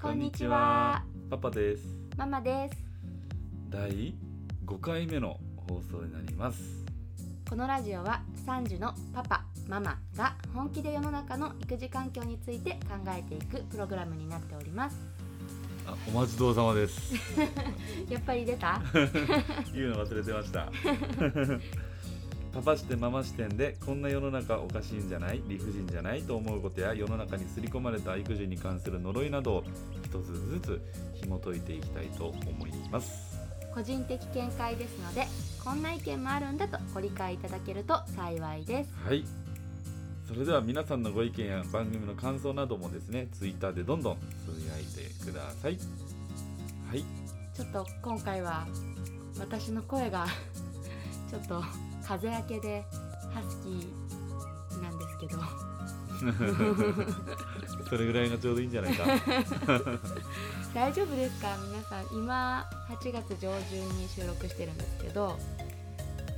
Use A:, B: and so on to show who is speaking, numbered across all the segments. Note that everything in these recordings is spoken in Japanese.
A: こんにちは。
B: パパです。
A: ママです
B: 第5回目の放送になります。
A: このラジオは3児のパパママが本気で世の中の育児環境について考えていくプログラムになっております
B: あ、お待ちどうさまです。
A: やっぱり出 た
B: 言うの忘れてました。 パパ視点ママ視点でこんな世の中おかしいんじゃない理不尽じゃないと思うことや世の中に刷り込まれた育児に関する呪いなどを一つずつ紐解いていきたいと思います。
A: 個人的見解ですのでこんな意見もあるんだとご理解いただけると幸いです
B: はい。それでは皆さんのご意見や番組の感想などもですね、ツイッターでどんどんつぶやいてください。はい。
A: ちょっと今回は私の声が ちょっと風邪明けでハスキーなんですけど
B: それぐらいがちょうどいいんじ ゃないか。
A: 大丈夫ですか皆さん今8月上旬に収録してるんですけど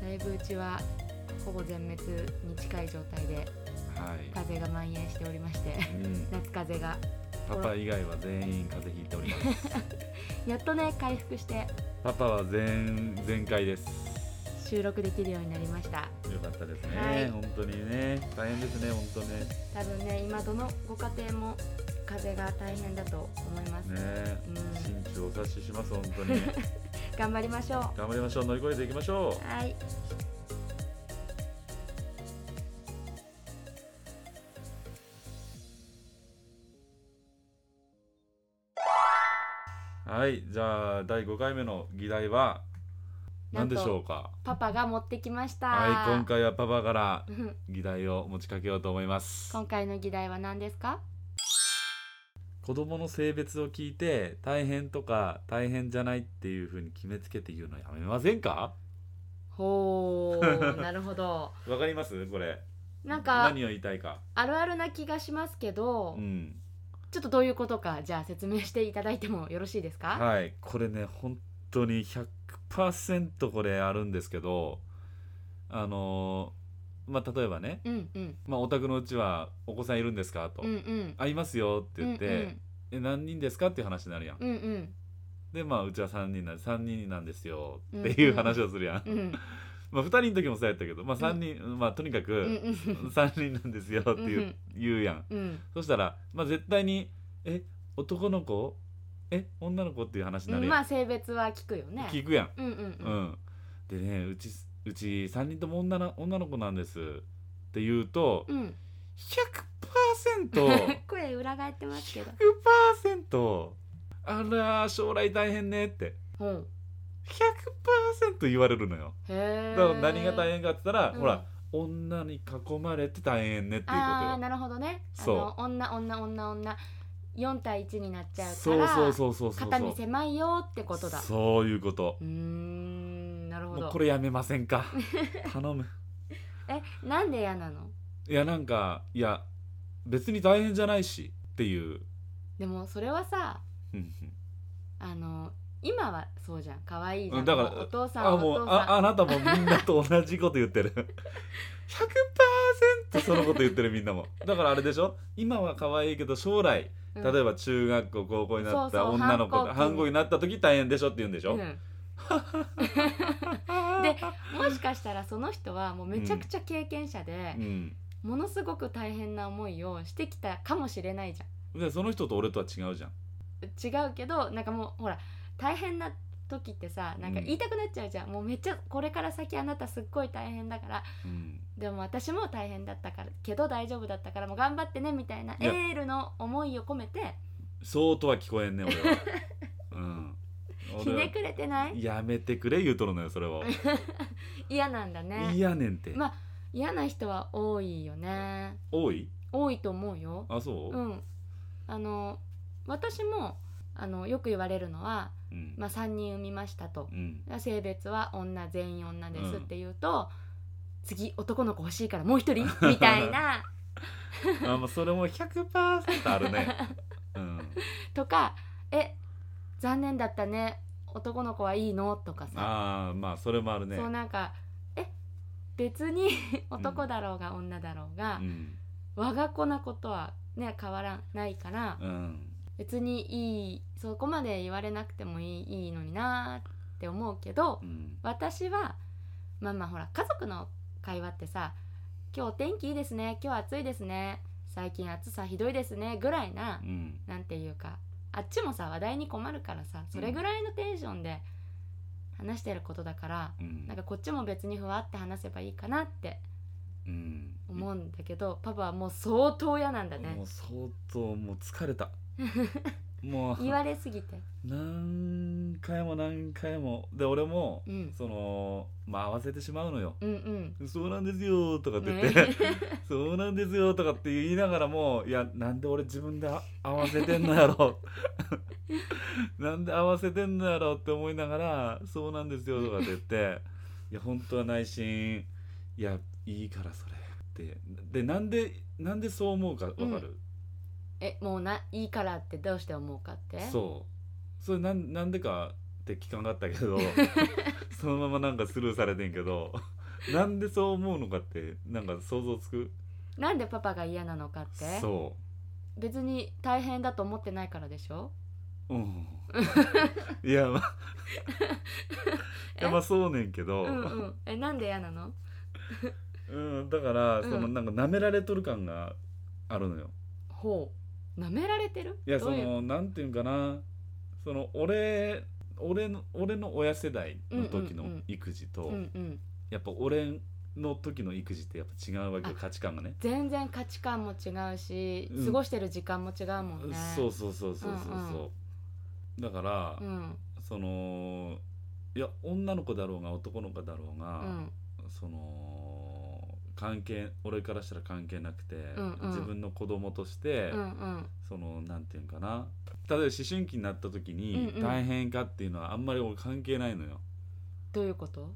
A: だいぶうちはほぼ全滅に近い状態で
B: はい。
A: 風邪が蔓延しておりまして
B: うん、
A: 夏風邪が
B: パパ以外は全員風邪ひいております。
A: やっとね回復して
B: パパは全全開です。
A: 収録できるようになりました
B: よかったですね。
A: はい
B: 本当にね、大変ですね、本当ね。
A: 多分ね今どのご家庭も風邪が大変だと思います、
B: ね、
A: うん
B: 心中お察しします、本当 に。
A: 頑張りましょう
B: 頑張りましょう、乗り越えていきましょう。
A: はい
B: はい、じゃあ第5回目の議題は何でしょうか。
A: パパが持ってきました、
B: はい、今回はパパから
A: うん
B: 議題を持ちかけようと思います。
A: 今回の議題は何ですか
B: 子供の性別を聞いて大変とか大変じゃないっていう風に決めつけて言うのやめませんか？
A: ほー なるほど
B: わかります？これ。
A: なんか
B: 何を言いたいか。
A: あるあるな気がしますけど、
B: うん。
A: ちょっとどういうことかじゃあ説明していただいてもよろしいですか、
B: はい、これね本当に100%これあるんですけど、あのーまあ例えばね、
A: うんうん
B: まあお宅のうちはお子さんいるんですかと、
A: うんうん
B: あいますよって言って、え何人ですかっていう話になるやん。
A: うんうん
B: でまあうちは3人なん3人なんですよっていう話をするやん。
A: うんうん
B: まあ2人の時もそうやったけど、まあ3人、まあとにかく。
A: うんうん
B: 3人なんですよって言
A: う
B: う,、
A: ん
B: 言うやん
A: うん
B: そしたら、まあ、絶対に「え男の子え女の子?」っていう話に
A: う
B: なる
A: んま
B: や
A: あ性別は聞くよ
B: ん、
A: ね
B: 聞くやん、
A: うんうん
B: う
A: うんん
B: でねうちうち3人とも女の女の子なんですって言うと
A: うん
B: 100%100%
A: 声裏返ってますけど
B: あらー将来大変ねって
A: うん
B: 100%言われるのよ
A: へえ
B: だから何が大
A: 変
B: 変かって言ったら、
A: うん
B: ほら女に囲まれて大変ねってい
A: あ
B: うことよ
A: あなるほどねあ
B: そう
A: の女女女女4対1になっちゃうか
B: そう
A: ら
B: そうそうそうそうそう
A: 肩身狭いよってことだ
B: そういうこと
A: うーんなるほ
B: も
A: ど
B: うこれやめません か頼む
A: えなんで嫌なの
B: いやなんかいや別に大変じゃないしっていう
A: でもそれはさ
B: うん
A: あの今はそうじゃん可愛いじゃ
B: うんんだから
A: お父さんは
B: あ
A: お
B: も
A: 父
B: う
A: さん
B: ああなたもみんなと同じこと言っ てる100%そのこと言ってるみんなもだからあれでしょ今は可愛いけど将来
A: うん
B: 例えば中学校高校になった
A: そうそう
B: 女の子
A: 反抗期
B: 反抗期になった時大変でしょって言うんでしょ、
A: うんでもしかしたらその人はもうめちゃくちゃ経験者で
B: う、ん
A: ものすごく大変な思いをしてきたかもしれないじ
B: でその人と俺とは違うじゃ
A: ゃん
B: ん
A: 違うけどなんかもうほら大変な時ってさなんか
B: うん
A: 言いたくなっちゃうじゃん、もうめっちゃこれから先あなたすっごい大変だから
B: うん
A: でも私も大変だったからけど大丈夫だったからもう頑張ってねみたいないエ
B: や
A: ールの思いを込めて
B: そうとは聞こえんね 俺はうん
A: ひ
B: 俺は
A: ねくれてない
B: やめてくれ言うとるのよそ れを
A: 嫌なんだね
B: いやねんて、
A: まあ嫌な人は多いよね
B: 多い
A: 多いと思うよ
B: あそう
A: う、んあの私もあのよく言われるのは、
B: うん
A: まあ、3人産みましたと
B: うん
A: 性別は女全員女で
B: うん
A: すって言うと、次男の子欲しいからもう 一人みたいな
B: あまあそれも100%あ るねうん
A: とかえ残念だったね男の子はいいのとかさ、
B: ああまあそれもあるね
A: そうなんかえ別に 男だろうが女だろうが、
B: うん
A: 我が子なことはね変わらないから、
B: うん
A: 別にいいそこまで言われなくてもいいいいのになーって思うけど
B: うん
A: 私はまあまあほら家族の会話ってさ「今日天気いいですね今日暑いですね最近暑さひどいですね」ぐらいな
B: うん
A: なんていうかあっちもさ話題に困るからさそれぐらいのテンションで話してることだから、
B: うん
A: なんかこっちも別にふわって話せばいいかなって
B: うん
A: 思うんだけど、パパはもう相当嫌なんだね
B: もう相当もう疲 れたもう
A: 言われすぎて
B: 何回も何回もで俺も、
A: うん
B: そのまあ忘れてしまうのよ
A: うんうん
B: そうなんですよとかって言って、
A: ね
B: そうなんですよとかって言いながらもいやなんで俺自分であ合わせてんのや ろなんで合わせてんのやろって思いながらそうなんですよとかって言っていや本当は内心いやいいからそれってでなんでなんでそう思うかわかる、
A: えもうないいからってどうして思うかって
B: そうそれなんなんでかって聞かんかったけ どそのままなんかスルーされてんけどなんでそう思うのかってなんか想像つく
A: なんでパパが嫌なのかって
B: そ
A: 別に大変だと思ってないからでしょ
B: ううんいや まあいやまあそうねんけ
A: う
B: ど、
A: ん うんえなんで嫌なの
B: うんだからその
A: うん
B: なんか舐められとる感があるのよ
A: ほう舐められてる
B: いや
A: ど
B: そう
A: いう
B: のなんていうんかなその俺俺の俺の親世代の時の
A: うんうんうん
B: 育児と、
A: うんうん
B: やっぱ俺の時の育児ってやっぱ違うわけよ
A: あ
B: 価値観がね
A: 全然価値観も違うし、
B: うん
A: 過ごしてる時間も違うもんね
B: そうそうそうそうそうそう、だから、
A: うん
B: そのいや女の子だろうが男の子だろう
A: う
B: が、
A: ん
B: その関係俺からしたら関係なくて、
A: んうん
B: 自分の子供として、
A: うんうん
B: そのなんていうんかな例えば思春期になった時に
A: うんうん
B: 大変かっていうのはあんまり俺関係ないのよ
A: どういうこと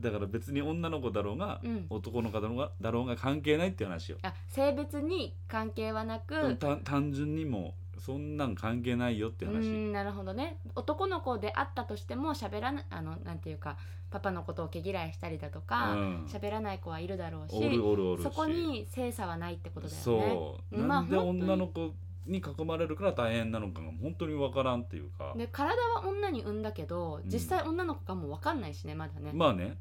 B: だから別に女の子だろうが、
A: うん
B: 男の子だろうがだろうが関係ないっていう話よ、
A: あ性別に関係はなく
B: た単純にもうそんなん関係ないよって
A: う
B: 話、
A: んなるほどね男の子であったとしても喋らないあのなんていうかパパのことを毛嫌いしたりだとか
B: ん
A: 喋、らない子はいるだろうし
B: おるおるおるし
A: そこに性差はないってことだよね。
B: そう、
A: まあ
B: なんで
A: 本当に
B: 女の子に囲まれるから大変なのかが本当に分からんっていうか、
A: で体は女に産んだけど
B: うん
A: 実際女の子かも分かんないしねまだね、
B: まあね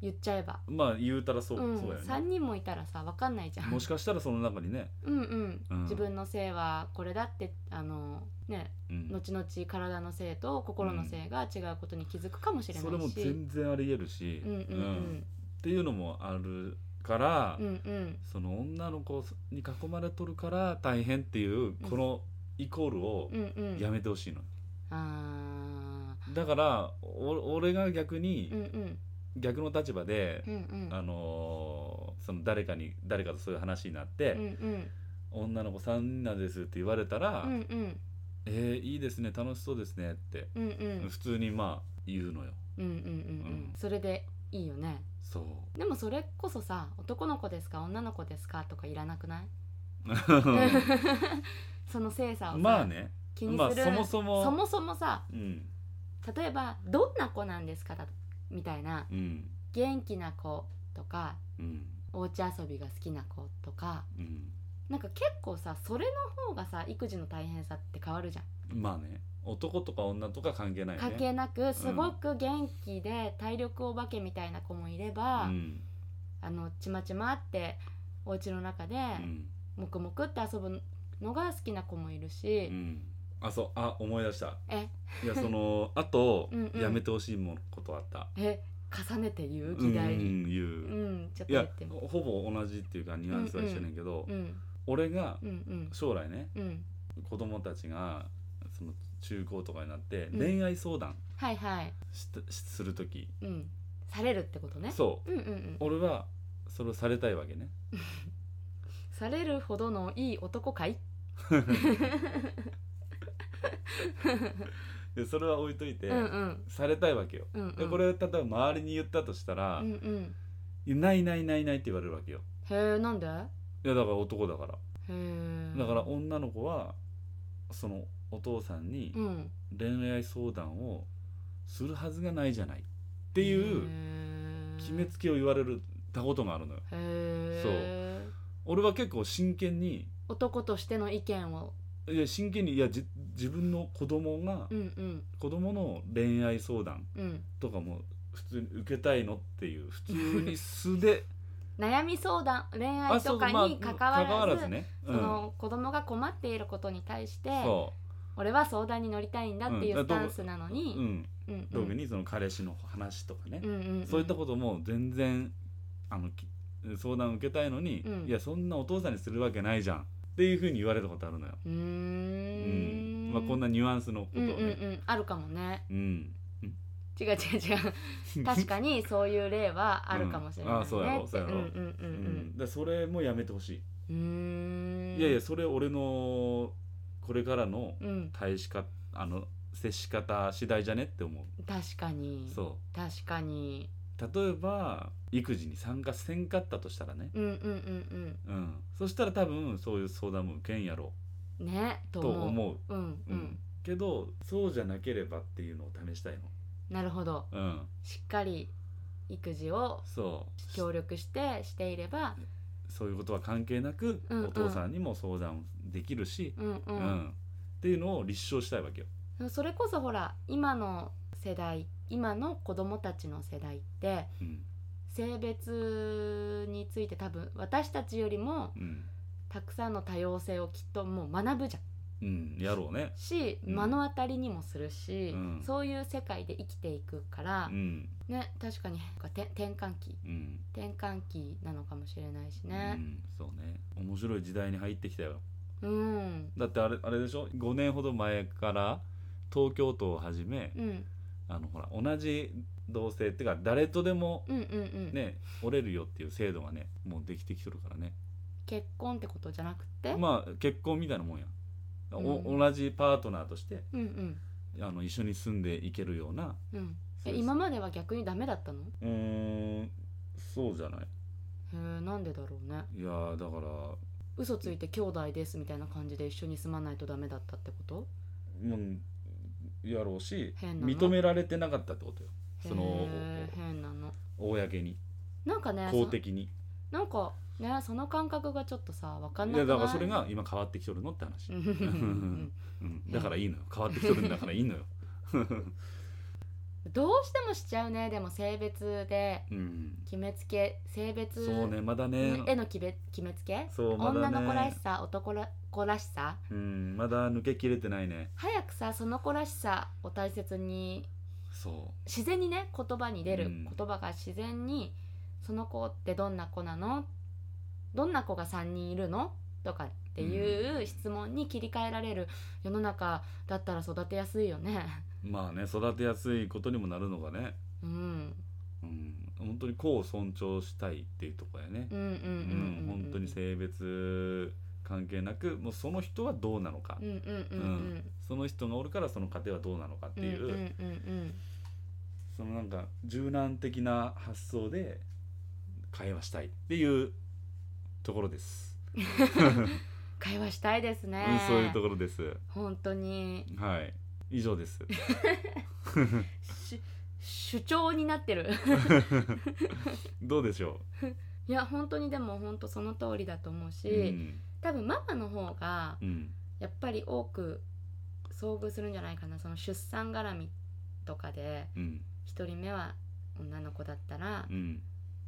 A: 言っちゃえば、
B: まあ言うたらそう,、
A: うん、
B: そうや
A: 3
B: ね
A: 人もいたらさ分かんないじゃん
B: もしかしたらその中にね、
A: うんうん、
B: うん
A: 自分の性はこれだってあのね
B: うん
A: 後々体の性と心の性が違うことに気づくかもしれないし、
B: それも全然ありえるし、
A: うんう
B: うん
A: ん
B: っていうのもあるから、
A: うんうんうん
B: その女の子に囲まれとるから大変っていうこのイコールを
A: うんうん
B: やめてほしいの、
A: あ
B: だからお俺が逆に、
A: ーうんうん
B: 逆の立場で、
A: うんうん
B: あのーその誰かに誰かとそういう話になって、
A: うんうん
B: 女の子3人なんですって言われたら
A: う
B: 「
A: んうん
B: えーいいですね楽しそうですね」って、
A: うんうん
B: 普通にまあ言うのよ
A: うんうんうんうんそれでいいよね
B: そ
A: でもそれこそさ男の子ですか女の子ですかとかいらなくない
B: う
A: その性差をさ
B: まあね
A: 気に
B: まあ
A: する、
B: そもそも
A: そもそもさ
B: うん
A: 例えばどんな子なんですかだみたいな
B: うん
A: 元気な子とか
B: うん
A: お家遊びが好きな子とか
B: うん
A: なんか結構さそれの方がさ育児の大変さって変わるじゃん
B: まあね男とか女とか関係ないよね
A: 関係なくすごく元気で体力お化けみたいな子もいれば、
B: うん
A: あのちまちまってお家の中で
B: うん
A: 黙々って遊ぶのが好きな子もいる
B: う
A: し、
B: んあそうあ思い出した
A: え
B: いやそのあと
A: うんうん
B: やめてほしいものことあった
A: え重ねて言う
B: うん
A: 議題に
B: うん言
A: う、
B: うん
A: ちょっと
B: い
A: 言
B: や
A: ってみ
B: ほぼ同じっていうかニュアンスは一緒ねんけど、
A: うん
B: 俺が
A: うんうん
B: 将来ね
A: うん
B: 子供たちがその中高とかになって
A: うん
B: 恋愛相談
A: はいはい
B: し,、する時
A: うんされるってことね
B: そう
A: うんうんうん
B: 俺はそれをされたいわけね
A: されるほどのいい男かい
B: でそれは置いといて、
A: うんうん
B: されたいわけよ
A: うんう
B: で
A: ん
B: これ例えば周りに言ったとした
A: う
B: ら
A: んうん
B: 「いやないないないない」って言われるわけよ
A: へえなんでへ
B: いやだから男だから
A: え
B: だから女の子はそのお父さんに
A: うん
B: 恋愛相談をするはずがないじゃないっていう
A: う
B: 決めつけを言われたことがあるのよ
A: へえ
B: 俺は結構真剣に
A: 男としての意見を
B: いや真剣にいやじ自分の子供が、
A: うんうん
B: 子供の恋愛相談
A: うん
B: とかも普通に受けたいのっていう普通に素 で
A: 悩み相談恋愛
B: あそ
A: と
B: う
A: か
B: まあ
A: に関わらず,、
B: ね、
A: その子供が困っていることに対して
B: うん、そ
A: 俺は相談に乗りたいんだっていううんスタンスなの
B: う、う
A: に、
B: ん、
A: うんうん
B: 特にその彼氏の話とかね、
A: うんうんうん
B: そういったことも全然あのき相談受けたいのに、
A: うん
B: いやそんなお父さんにするわけないじゃんっていうふうに言われたことあるのよ、
A: うー
B: うんまあ、こんなニュアンスのこと
A: う
B: を
A: んうん
B: ね、
A: うんあるかもね
B: うん
A: 違う違う違 う確かにそういう例はあるかもしれないね、
B: うんあそうやろそうやろ
A: うんうんう
B: うんん、だからそれもやめてほし
A: うんうー
B: い、
A: ん
B: いやいやそれ俺のこれからの
A: うん
B: 対しかあの接し方次第じゃねって思
A: 確か
B: う
A: に
B: そ
A: 確かに
B: う例えば育児に参加せんかったとしたらね、
A: うんうんうん
B: うん、そしたら多分そういう相談も受けんやろ
A: うんねと
B: うと
A: 思う
B: 思う
A: うんう
B: うんん、けどそうじゃなければっていうのを試したい
A: なるほど
B: のうん
A: しっかり育児を
B: そう
A: 協力してしていれば
B: そういうことは関係なく、
A: うんうん
B: お父さんにも相談できるし、
A: うんう
B: うん
A: ん、
B: っていうのを立証したいわけよ
A: それこそほら今の世代今の子供たちの世代って
B: うん
A: 性別について多分私たちよりも
B: うん、
A: たくさんの多様性をきっともう学ぶじゃん
B: うん、やろうね
A: し、
B: うん
A: 目の当たりにもするし、
B: うん
A: そういう世界で生きていくから
B: う、ん
A: ね確かにて転換期
B: うん、
A: 転換期なのかもしれないし
B: う
A: ね
B: ん、そうね面白い時代に入ってきたよ
A: うん、うん
B: だってあれあれでしょ5年ほど前から東京都をはじめ、
A: うん、
B: あのほら同じ同性っていうか誰とでも
A: うんうんうん
B: ね折れるよっていう制度がねもうできてきてるからね
A: 結婚ってことじゃなくて、
B: まあ結婚みたいなもんや、
A: うん
B: お同じパートナーとして
A: うんうん
B: あの一緒に住んでいけるような
A: うんえ今までは逆にダメだったのへ
B: うーんそうじゃない
A: えなんでだろうね
B: いやーだからも
A: 嘘ついて兄弟ですみたいな感じで一緒に住まないとダメだったってこと
B: うんやろうし
A: 変なの
B: 認められてなかったってことよその
A: へえ変なの
B: 公に
A: なんかね
B: 公的に
A: そなんかねその感覚がちょっとさわかん
B: い
A: なくな
B: や
A: い
B: だからそれが今変わってきとるのって話
A: う、 ん
B: うん、だからいいのよ変わってきとるんだからい いのよ
A: どうしてもしちゃうねでも性別で
B: うん
A: 決めつけ性別
B: そうねまだね
A: への決め決めつけ、
B: そうまだ
A: 女の子ら
B: ね
A: しさ男ら子らしさ
B: うんまだ抜けきれてないね
A: 早くさその子らしさを大切に
B: そ
A: 自然にね言葉に出る、
B: うん
A: 言葉が自然に「その子ってどんな子なのどんな子が3人いるの?」とかっていう質問に切り替えられる世の中だったら育てやすいよね。
B: うまあね育てやすいことにもなるのがね
A: うん、
B: うん本当に子を尊重したいっていうところやね
A: うんうんうんう
B: うん
A: ん
B: 本当に性別関係なくもうその人はどうなのか、
A: うんうんうんう
B: うんんその人がおるからその家庭はどうなのかっていう、
A: うんうんうん
B: そのなんか柔軟的な発想で会話したいっていうところです、
A: 会話したいです
B: う
A: ね
B: ん、そういうところです
A: 本当に
B: はい以上です
A: し主張になってる
B: どうでしょ
A: いや本当にでも本当その通りだと思うし、
B: う、うん
A: 多分ママの方が
B: うん
A: やっぱり多く遭遇するんじゃないかなその出産絡みとかで
B: うん
A: 1人目は女の子だったら、
B: うん、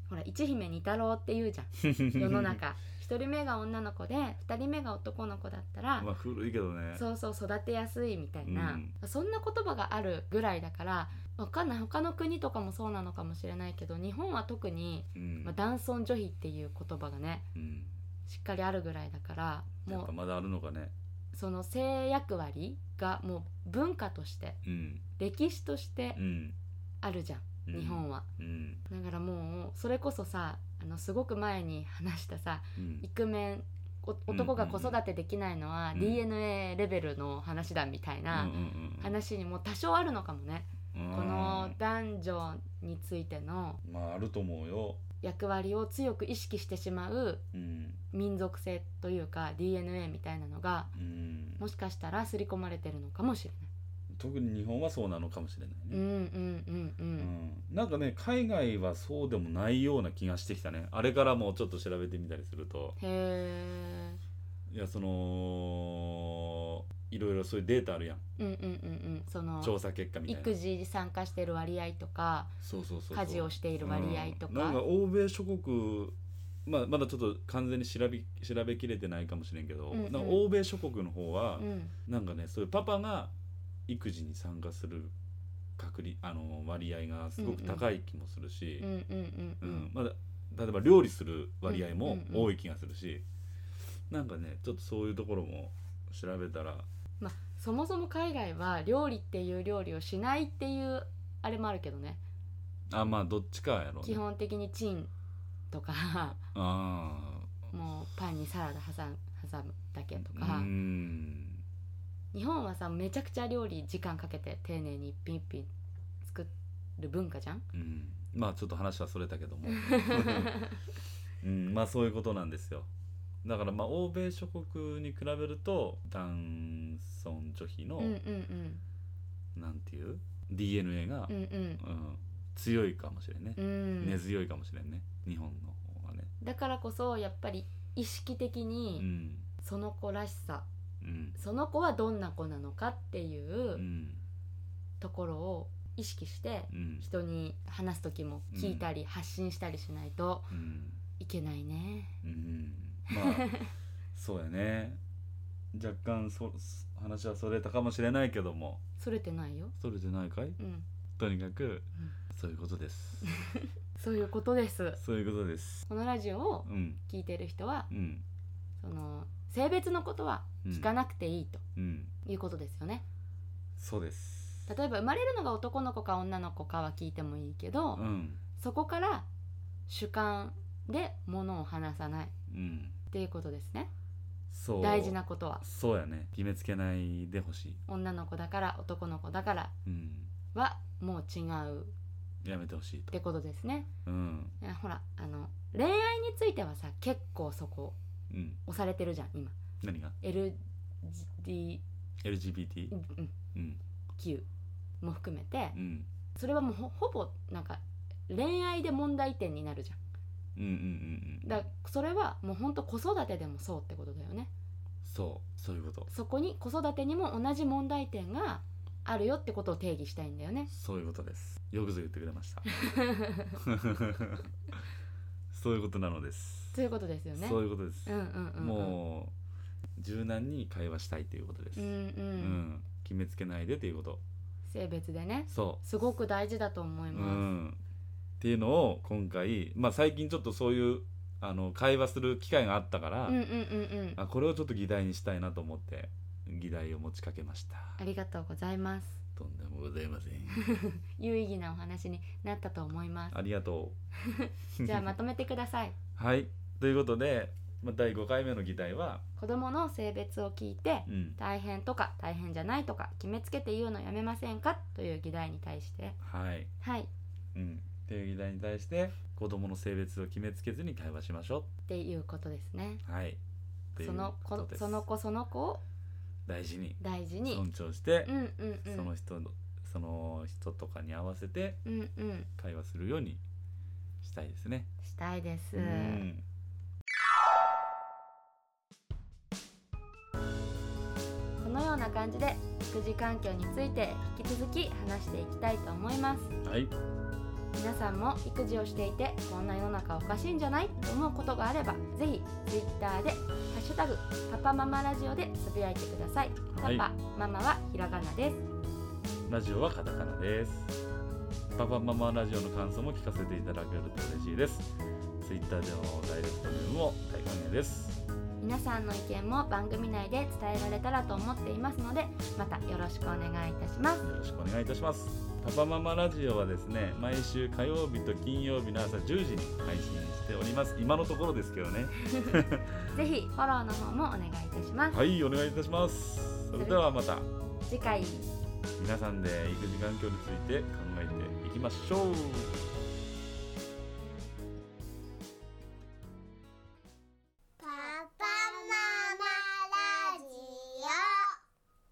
A: ほら一姫二太郎って言うじゃん 世の中1人目が女の子で2人目が男の子だったら、
B: まあ古いけどね
A: そうそう育てやすいみたいな、そんな言葉があるぐらいだからわかんない他の国とかもそうなのかもしれないけど日本は特に、
B: うん
A: まあ、男尊女卑っていう言葉がね
B: うん、
A: しっかりあるぐらいだから
B: や
A: も
B: っ
A: う
B: ぱまだあるのかね
A: その性役割がもう文化として
B: うん
A: 歴史として
B: うん
A: あるじゃん、
B: うん
A: 日本は
B: うん
A: だからもうそれこそさあのすごく前に話したさ
B: うん
A: イクメンお男が子育てできないのは
B: うん
A: DNA レベルの話だみたい
B: うん
A: な
B: うんうん
A: 話にも多少あるのかもね、
B: うん
A: この男女についての
B: まああると思うよ、
A: 役割を強く意識してしまう
B: うん
A: 民族性というか DNA みたいなのが
B: うん、
A: もしかしたら刷り込まれてるのかもしれ
B: 特に日本はそうなのかもしれない
A: ない。う
B: ね、
A: んうんうんう
B: うん
A: ん
B: なんかね海外はそうでもないような気がしてきたねあれからもうちょっと調べてみたりすると
A: へえ。
B: いやそのいろいろそういうデータあるやん
A: うんうんうんうんその
B: 調査結果みたいな
A: 育児に参加してる割合とか
B: そうそうそうそう
A: 家事をしている割合と
B: うんなんか
A: か
B: 欧米諸国まあ、まだちょっと完全に調べ調べきれてないかもしれんけど、
A: うんうん
B: なんか欧米諸国の方は、
A: うん
B: なんかねそういうパパが育児に参加する確率あの割合がすごく高い気もするし、
A: うんうんうんう
B: うん
A: ん
B: まだ例えば料理する割合
A: う
B: も
A: んうんうん
B: 多い気がするし、なんかねちょっとそういうところも調べたら
A: まあそもそも海外は料理っていう料理をしないっていうあれもあるけどね
B: あまあどっちかやろう、ね、
A: 基本的にチンとか
B: あ
A: もうパンにサラダ挟む挟むだけと
B: ー
A: か
B: うーん
A: 日本はさめちゃくちゃ料理時間かけて丁寧に一品一品作る文化じゃん
B: うんまあちょっと話はそれたけども、うん、まあそういうことなんですよだからまあ欧米諸国に比べると男尊女卑の、
A: うんうんうん
B: なんていう DNA が、
A: うんうん
B: うん強いかもしれんね
A: う、ん
B: 根強いかもしれんね日本の方がね
A: だからこそやっぱり意識的
B: う
A: に
B: ん
A: その子らしさ
B: うん
A: その子はどんな子なのかっていううんところを意識して
B: うん
A: 人に話す時も聞いたり発信したりしないと
B: うん
A: いけないね。
B: うんま あそうやね若干そ話はそれたかもしれないけども
A: それてないよ。
B: それじゃないかい
A: うん、
B: とにかく、そういうことです
A: そういうことです。
B: そういうことです
A: このラジオを
B: うん
A: 聞いてる人は
B: うん
A: その性別のことは
B: うん
A: 聞かなくていいと
B: うん
A: いうことですよね。
B: そうです
A: 例えば生まれるのが男の子か女の子かは聞いてもいいけど、
B: うん
A: そこから主観で物を話さないっ
B: うん
A: ていうことですね。
B: そう
A: 大事なことは
B: そうやね決めつけないでほしい
A: 女の子だから男の子だから
B: うん
A: はもう違うっ
B: やめてほしいと
A: てことですね。
B: うん
A: えほらあの恋愛についてはさ結構そこ
B: うん
A: 押されてるじゃん今
B: 何が
A: LGBTQ
B: LGBT うん
A: も含めて
B: うん
A: それはもうほほぼなんか恋愛で問題点になるじゃん
B: うんうんうんうん
A: だそれはもうほんと子育てでもそうってことだよね
B: そうそういうこと
A: そこに子育てにも同じ問題点があるよってことを定義したいんだよね
B: そういうことですよくぞ言ってくれました そういうことなのです
A: そういうことですよね
B: そういうことです、
A: うんうんうんうん
B: もう柔軟に会話したいということです、
A: うんうん、
B: うん決めつけないでということ
A: 性別でね
B: そ、
A: すごく大事だと思いう
B: う
A: ま
B: ん、っていうのを今回、まあ、最近ちょっとそういうあの会話する機会があったから、
A: す、うん、うんうんうん
B: あこれをちょっと議題にしたいなと思って議題を持ちかけました
A: ありがとうございます
B: とんでもございません
A: 有意義なお話になったと思います
B: ありがとう
A: じゃあまとめてください
B: はいということで、まあ、第5回目の議題は、
A: 子供の性別を聞いて
B: うん、
A: 大変とか大変じゃないとか決めつけて言うのやめませんかという議題に対して
B: はい、
A: はいっ
B: うん、っていう議題に対して子供の性別を決めつけずに会話しましょ
A: ていうことですね
B: うはい
A: その
B: という
A: 子
B: ことです
A: その子その子を
B: 大事に
A: 大事に
B: 尊重して
A: う、んうんう
B: その
A: ん
B: 人のその人とかに合わせて
A: うんうん
B: 会話するようにしたいですね。
A: したいです
B: うん
A: このような感じで育児環境について引き続き話していきたいと思います
B: はい、
A: 皆さんも育児をしていてこんな世の中おかしいんじゃないと思うことがあればぜひ Twitter で「ハッシュタグパパママラジオ」でつぶやいてくださいパパ、
B: はい
A: ママはひらがなです
B: ラジオはカタカナです。パパママラジオの感想も聞かせていただけると嬉しいです。ツイッターでのダイレクトメールも大歓迎です。
A: 皆さんの意見も番組内で伝えられたらと思っていますのでまたよろしくお願いいたします
B: よろしくお願いいたします。パパママラジオはですね、毎週火曜日と金曜日の朝10時に配信しております。今のところですけどね。
A: ぜひフォローの方もお願いいたします
B: はい、お願いいたします。それではまた
A: 次回
B: 皆さんで育児環境について考えていきましょう。